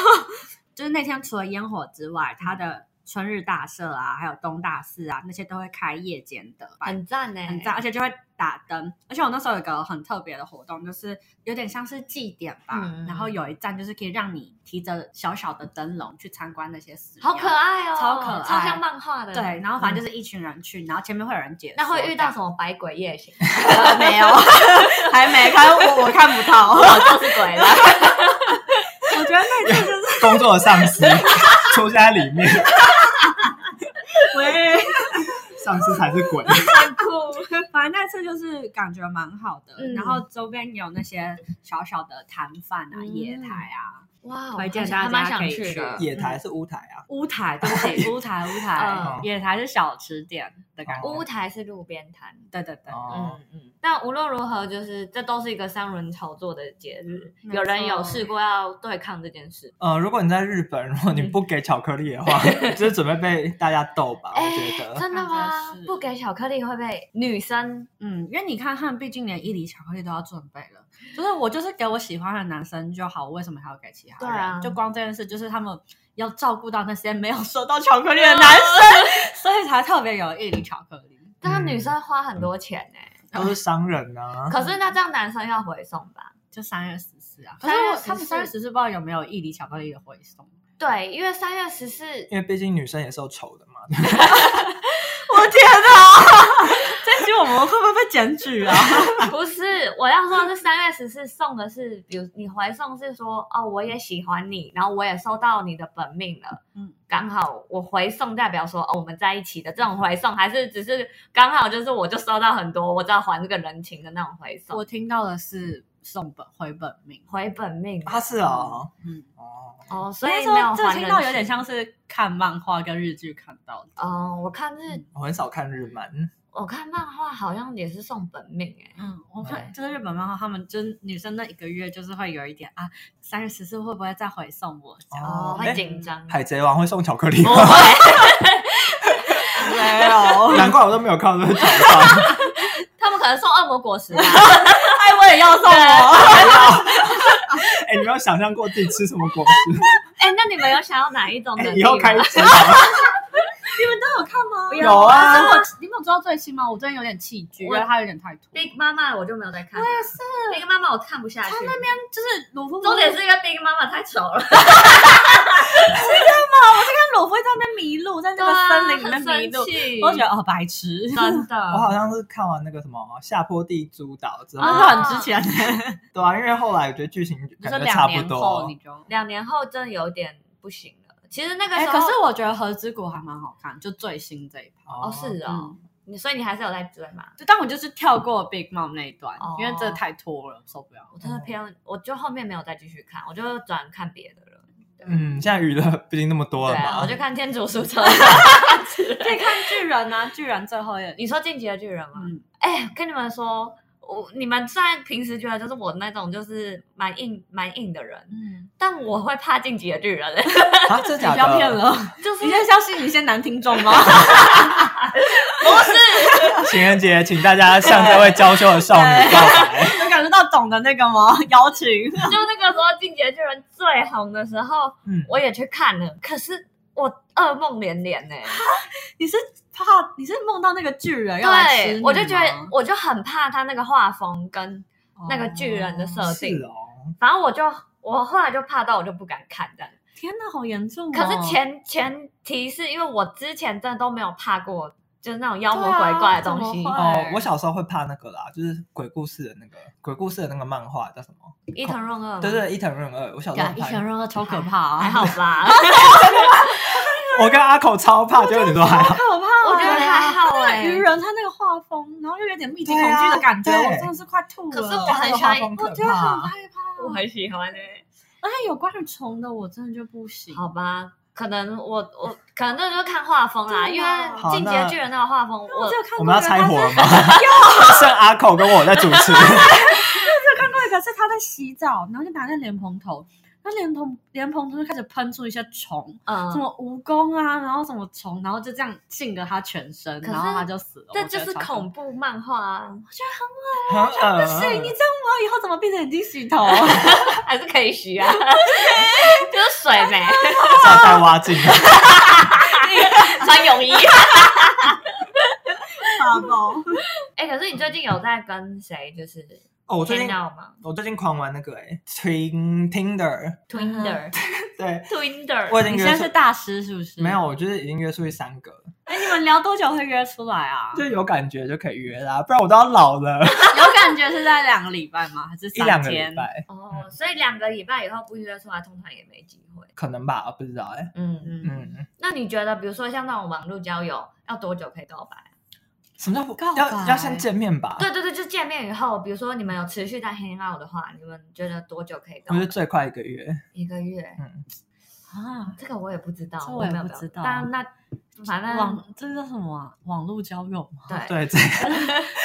C: 就是那天除了烟火之外，它的春日大社啊，还有东大寺啊，那些都会开夜间的，
A: 很赞呢，
C: 很赞，而且就会打灯。而且我那时候有个很特别的活动，就是有点像是祭典吧，
A: 嗯
C: 然后有一站就是可以让你提着小小的灯笼去参观那些寺庙，
A: 好可爱哦，
C: 超可爱
A: 超像漫画的。
C: 对，然后反正就是一群人去，然后前面会有人解说，
A: 那会遇到什
C: 么？
A: 么百鬼夜 行？
C: 呃 没有， 还没看，我我看不到。
A: 我就是鬼了。
C: 我觉得那次 就是
B: 工作上 司出现在里面，
C: 喂，
B: 上司才是鬼。
A: 很酷。
C: 反正那次就是感觉蛮好的，
A: 嗯
C: 然后周边也有那些小小的摊贩啊、
A: 嗯
C: 野台啊、
A: 哇，
C: 推荐
A: 我
C: 大家
A: 还蛮想
C: 可以
A: 去的。
C: 去
B: 野台是乌台啊，
C: 乌台，对不 起，乌台乌台
A: 嗯，
C: 野台是小吃店的感觉。
A: 乌台是路边摊。
C: 对对对，
B: 哦，
A: 嗯嗯。但无论如何，就是这都是一个三轮炒作的节日。
C: 没错
A: 有人有试过要对抗这件事。
B: 呃，如果你在日本，如果
C: 嗯
B: 你不给巧克力 的话，就是准备被大家逗吧，
C: 哎
B: 我觉得。
A: 哎真的
C: 好
A: 吗
C: 像是？
A: 不给巧克力会被女生
C: 嗯，因为你看汉，毕竟连一粒巧克力都要准备了，就是我就是给我喜欢的男生就好，我为什么还要给其他人？
A: 对啊
C: 就光这件事，就是他们要照顾到那些没有收到巧克力的男生， 所以才特别有一粒巧克力。
A: 但女生花很多钱呢、欸
B: 都是商人
C: 嗯
B: 啊，
A: 可是那这样男生要回送吧？
C: 就三月十四啊，可
A: 3
C: 是
A: 月
C: 我
A: 14
C: 他们三月十四不知道有没有一粒巧克力的回送。
A: 对，因为三月十四，
B: 因为毕竟女生也是有丑的嘛。
C: 我天哪！ 这集我们会不会被检举啊？
A: 不是我要说的是三月十四送的是，比如你回送是说哦，我也喜欢你，然后我也收到你的本命了。
C: 嗯，
A: 刚好我回送代表说哦我们在一起的这种回送，还是只是刚好就是我就收到很多，我只要还这个人情的那种回 送，
C: 我听到的是送本回本命。
A: 回本命
B: 啊，是哦，
C: 嗯，
B: 哦，
A: 哦，所
C: 所
A: 以
C: 以
A: 没有
C: 说这
A: 还
C: 听
A: 人
C: 到
A: 情
C: 有点像是看漫画跟日剧看到的。
A: 哦，我看
C: 嗯
A: 日
B: 我很少看日漫，
A: 我看漫画好像也是送本命哎、
C: 嗯，我
B: 对
C: 看就是日本漫画，他们就是女生那一个月就是会有一点啊，三月十四会不会再回送我？这样
A: 哦
B: 哦，
A: 会
B: 哎
A: 紧张，
B: 海贼王会送巧克力
A: 不
B: 吗？
A: 会，
C: 没 有，
B: 难怪我都没有看到这个广告。
A: 他们可能送恶魔果 实吧。
C: 哎，我也要送我。
B: 哎、你没有想象过自己吃什么果实？
A: 哎、那你们有想要哪一种
B: 哎
A: 能力
B: 以后
A: 吗？
B: 开始啊，
C: 你们都有看吗？不
A: 哦
C: 要
B: 有啊
C: 可是我你们有知道最新吗？我最近有点弃剧，因
A: 我
C: 为它有点太突。
A: Big 妈妈我就没有在看，我
C: 啊
A: 也是 Big 妈妈我看不下去。那边
C: 就是鲁夫，
A: 重点是因为 Big 妈妈太丑了，
C: 看鲁夫在那边迷路， 在那个森林里面迷 路，
A: 路
C: 我就觉得哦白痴，
A: 真
B: 我好
A: 的，
B: 像是看完那个什么《下坡地诸岛》之后，
A: 啊
C: 那是很值钱 的。
B: 对啊，因为后来我觉得剧情
C: 就是
B: 感觉差
C: 两
B: 不
C: 年
B: 多
C: 后你。就。
A: 两年后真的有点不行了。其实那个
C: 哎、
A: 时候，
C: 可是我觉得《和之谷》还蛮好看，就最新这一趴。
A: 哦是哦，
C: 嗯，
A: 你所以你还是有在追嘛？
C: 就但我就是跳过 Big Mom 那一段，
A: 哦
C: 因为这太拖了，受不了。
A: 我真的
C: 嗯
A: 偏，我就后面没有再继续看，我就转看别的了。
B: 嗯，现在娱乐毕竟那么多
A: 对
B: 了
A: 啊，
B: 嘛，
A: 我就看天竺鼠车。
C: 可以看巨人啊，巨人最后也，
A: 你说《进击的巨人》吗？
C: 嗯，
A: 哎、跟你们说，我你们虽然平时觉得就是我那种就是蛮硬蛮硬的人，
C: 嗯，
A: 但我会怕《进击的巨人》，
B: 啊，真
C: 你
B: 假
C: 不
B: 的？
C: 要骗了，
A: 就是
C: 你在相信你一些男听众 吗？
B: 情人节，请大家向这位娇羞的少女告白。
C: 有感受到懂的那个 吗？邀请，
A: 就那个时候《进击的巨人》最红的时候，
B: 嗯，
A: 我也去看了，可是我噩梦连连欸呢、
C: 你是怕你是梦到那个巨人要来吃
A: 对
C: 你，吗哦
A: 我就觉得我就很怕他那个画风跟那个巨人的设
C: 哦
A: 定，
B: 是哦，
A: 反正我就我后来就怕到我就不敢看这样。
C: 天哪，好严重、哦！
A: 可是前前提是因为我之前真的都没有怕过，就是那种妖魔鬼怪的东西
C: 对啊怎么。会
B: 哦，我小时候会怕那个啦，就是鬼故事的那个鬼故事的那个漫画叫什么？
A: 伊藤润二，
B: 对，对，伊藤润二。我小时候很
A: 对，嗯伊
B: 怕
A: 藤，润二
C: 超可
A: 还
C: 怕啊
A: 还好 吧？
B: 我跟阿口超怕，结果你说还好。
C: 可怕、啊
A: 我觉得还好
C: 那
A: 哎
C: 个鱼人他那个画风，然后又有点密集
B: 对
C: 恐
B: 啊
C: 惧的感觉，
B: 对
C: 我真的是快吐了。
A: 可是我
B: 他那
A: 很啊
B: 个
A: 喜欢
B: 画风
C: 我
B: 可
C: 觉得很
B: 怕
C: 害怕，
A: 我很喜欢诶。
C: 而且有关于虫的，我真的就不行。
A: 好吧，可能我我可能那就是看画风啦，
C: 对
A: 因
C: 啊
A: 为
B: 好
A: 进阶
B: 那
A: 巨人那个画风，
C: 我
A: 我
C: 只有看过
B: 我们
C: 一
B: 要
C: 个
B: 拆
C: 他
B: 伙
C: 在
B: 了吗？ 剩阿口跟我在主持。
C: 看过一个是他在洗澡，然后就拿那莲蓬头，那莲蓬莲蓬头就开始喷出一些虫，什
A: 嗯，
C: 么蜈蚣啊，然后什么虫，然后就这样浸个他全身，
A: 可是
C: 然后他就死了。
A: 这
C: 我
A: 就
C: 觉得
A: 是
C: 超
A: 恐怖漫画啊，
B: 很
C: 怖。
B: 恶
C: 不行，你这样我以后怎么闭着眼睛洗头？ 我
A: 还是可以洗 啊，就是水呗，
B: 这样太挖镜了。
A: 穿泳衣。
C: 发疯。
A: 哎，可是你最近有在跟谁就是
B: 哦，我最
A: 见
B: 近
A: 到 吗
B: 我最近狂玩那个哎，Tin Tinder，
C: 嗯
A: ？Twinder
B: 对
A: Twinder，
B: 我已经
C: 你
B: 约
C: 现在
B: 出
C: 是大师是不是？
B: 没有，。我就是已经约出去三个了，
C: 哎，你们聊多久会约出来啊？
B: 就有感觉就可以约啦，不然我都要老了
C: 有感觉是在两个礼拜吗？还是
B: 一两
C: 三
B: 个
C: 天
B: 礼？拜，
A: 哦，
C: 嗯
A: 所以两个礼拜以后不约出来，通常也没机会。
B: 可能吧，不知道哎。
A: 嗯，
C: 嗯，
B: 嗯，
A: 那你觉得，比如说像那种网络交友，要多久可以告白？
B: 什么
C: 告
B: 叫
C: 白
B: 要要先见面吧？
A: 对对对，就见面以后，比如说你们有持续在 hang out 的话，你们觉得多久可以
B: 我
A: 告
B: 觉得
A: 白？
B: 最快一个月，
A: 一个月？
B: 嗯，
C: 啊，
A: 这个我也不知道，
C: 这
A: 我
C: 我也
A: 没有
C: 不
A: 表
C: 知道
A: 但那反正
C: 网这叫什么啊？网络交友吗？
A: 对，
B: 对，这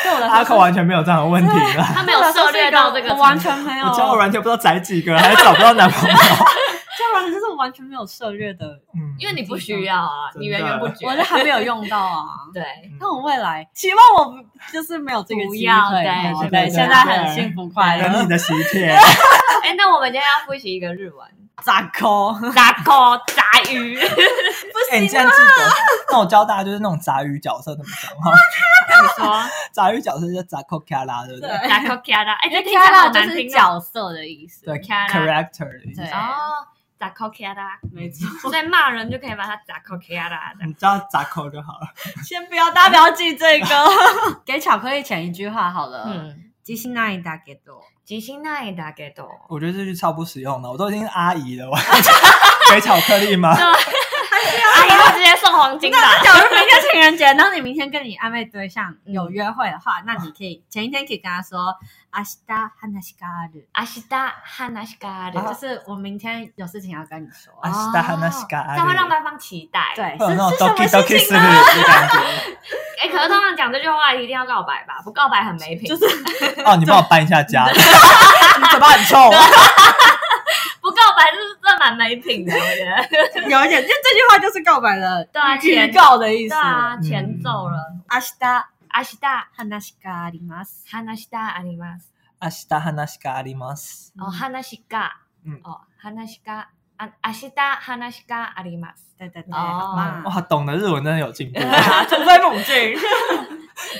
C: 对我来说
B: 阿
C: 是
B: 口完全没有这样的问题啦。
A: 他没有涉猎到这
C: 我
A: 个程度，
C: 完全 没有。
B: 我交友软件不知道宅几个，还找不到男朋友。
C: 交友软件就是我完全没有涉猎的，
B: 嗯，
A: 因为你不需要啊，
B: 真的
A: 你源源不绝。
C: 我就还没有用到 啊。
A: 对，
C: 那我未来希望我就是没有这个
A: 不
C: 机会
A: 要
C: 哦，对，
A: 对
B: 对
C: 现在很幸福快
B: 有
C: 乐
B: 你，的喜 帖，
A: 哎，那我们今天要复习一个日文，
C: 咋抠？
A: 杂扣杂鱼，
C: 啊
B: 哎，你竟然记得？那我教大家就是那种杂鱼角色怎么讲 哈。
A: 你说
B: 杂鱼角色叫杂扣卡拉，对不对？
C: 对
A: 杂扣 k a 哎，
C: 因为
A: 这听起来
C: Kara
A: 好
C: 就
A: 难
C: 是
A: 听哦。
C: 角色的意思，
B: 对
A: Kara
B: ，character 的意思
C: 对
A: 哦，杂扣 k a
C: 没错。
A: 所以骂人就可以把它杂扣 k a
B: 你叫杂扣就好了。
C: 先不要，大家不要记这个。 给巧克力前一句话好了，嗯，
A: 嗯，
C: 吉星那一大给多，
A: 吉星那也大概懂。
B: 我觉得这句超不实用的，我都已经是阿姨了，我 给巧克力吗？
A: 阿姨会直接送黄 金 的。
C: 假如明天情人节，然后你明天跟你暧昧对象有约会的话，那你可以前一天可以跟他说阿西达哈纳西嘎日，
A: 阿西达哈纳西嘎的，
B: 啊
C: 就是我明天有事情要跟你说。
B: 啊明日話しかある
A: 这样会让对方期待。
C: 对，，
B: 会有那种
C: 是是
B: doki
C: 什么
B: doki
C: 事
B: 思
C: 情呢？啊
B: 虑的感觉。
A: 哎，可是通常讲这句话一定要告白吧，不告白很没品。
C: 就是
B: 哦，你帮我搬一下家， 你嘴巴很臭。
A: 不告白就是真的蛮没品的，我觉 得。
C: 有一点，就这句话就是告白的，
A: 对啊
C: 预告的意
A: 对
C: 思。啊
A: 啊，前奏了。
C: 阿西达
A: 阿西达
C: 哈纳西嘎里马斯，
A: 哈纳西达阿里吗？
B: 明日話があります。
A: 哦，哈纳西嘎。
B: 嗯
A: 哦，哈纳西嘎啊阿西达哈纳西嘎阿里马斯。
C: 对对对，
A: 哦
C: 好棒
B: 哇，懂得日文真的有进步，
A: 突飞猛进。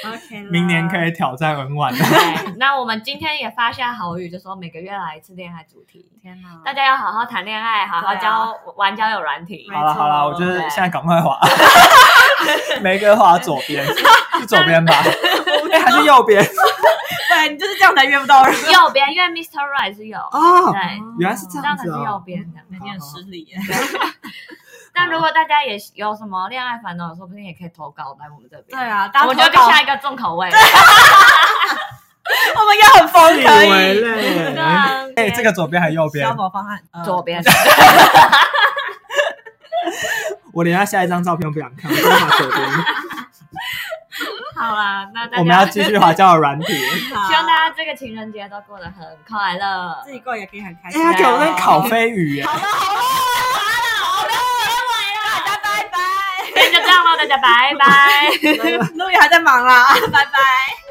C: ，OK，啦
B: 明年可以挑战文玩。
A: 对，那我们今天也发下好语，就说每个月来一次恋爱主题，
C: 天哪，
A: 大家要好好谈恋爱，好好
C: 对啊
A: 交、玩交友软体。
C: 没
B: 好了好了，
C: 错
B: 我就是
A: 对
B: 现在赶 快滑，玫瑰花左边是左边吧？哎，还是右边？
C: 对你就是这样才约不到人
A: 右边，因为 Mr. Right 是右，
B: 哦，
A: 对，
B: 原来是这
A: 这
B: 样
A: 样才
B: 子
A: 是
B: 哦
A: 右边的。
C: 有点失礼耶。
A: 但如果大家也有什么恋爱烦恼，说不定也可以投稿来我们这边。
C: 对，啊，大家
A: 我们就
C: 投
A: 去
C: 稿
A: 下一个重口味。
C: 我们应该很疯，
B: 以
C: 可
B: 为
C: 以。
A: 对
B: 嘞
A: 啊，
B: 哎，这个左边还是右边
C: 消？磨方案，呃
A: 左边。
B: 我连他下一张照片都不想看，我就滑 左边。
A: 好啦，那大
B: 我们要
A: 家
B: 继续滑交友 软体。
A: 希望
C: 家
A: 大家这个情人节都过得很快乐。
C: 自己过也可以很开
B: 哎，
C: 心。
B: 他给我那
A: 个
B: 烤飞 鱼，哎
C: 好了好了好了，
A: 好
C: 大家拜拜。哎
A: 今天就这样喽，大家拜拜。
C: 陆毅还在忙啦，拜拜。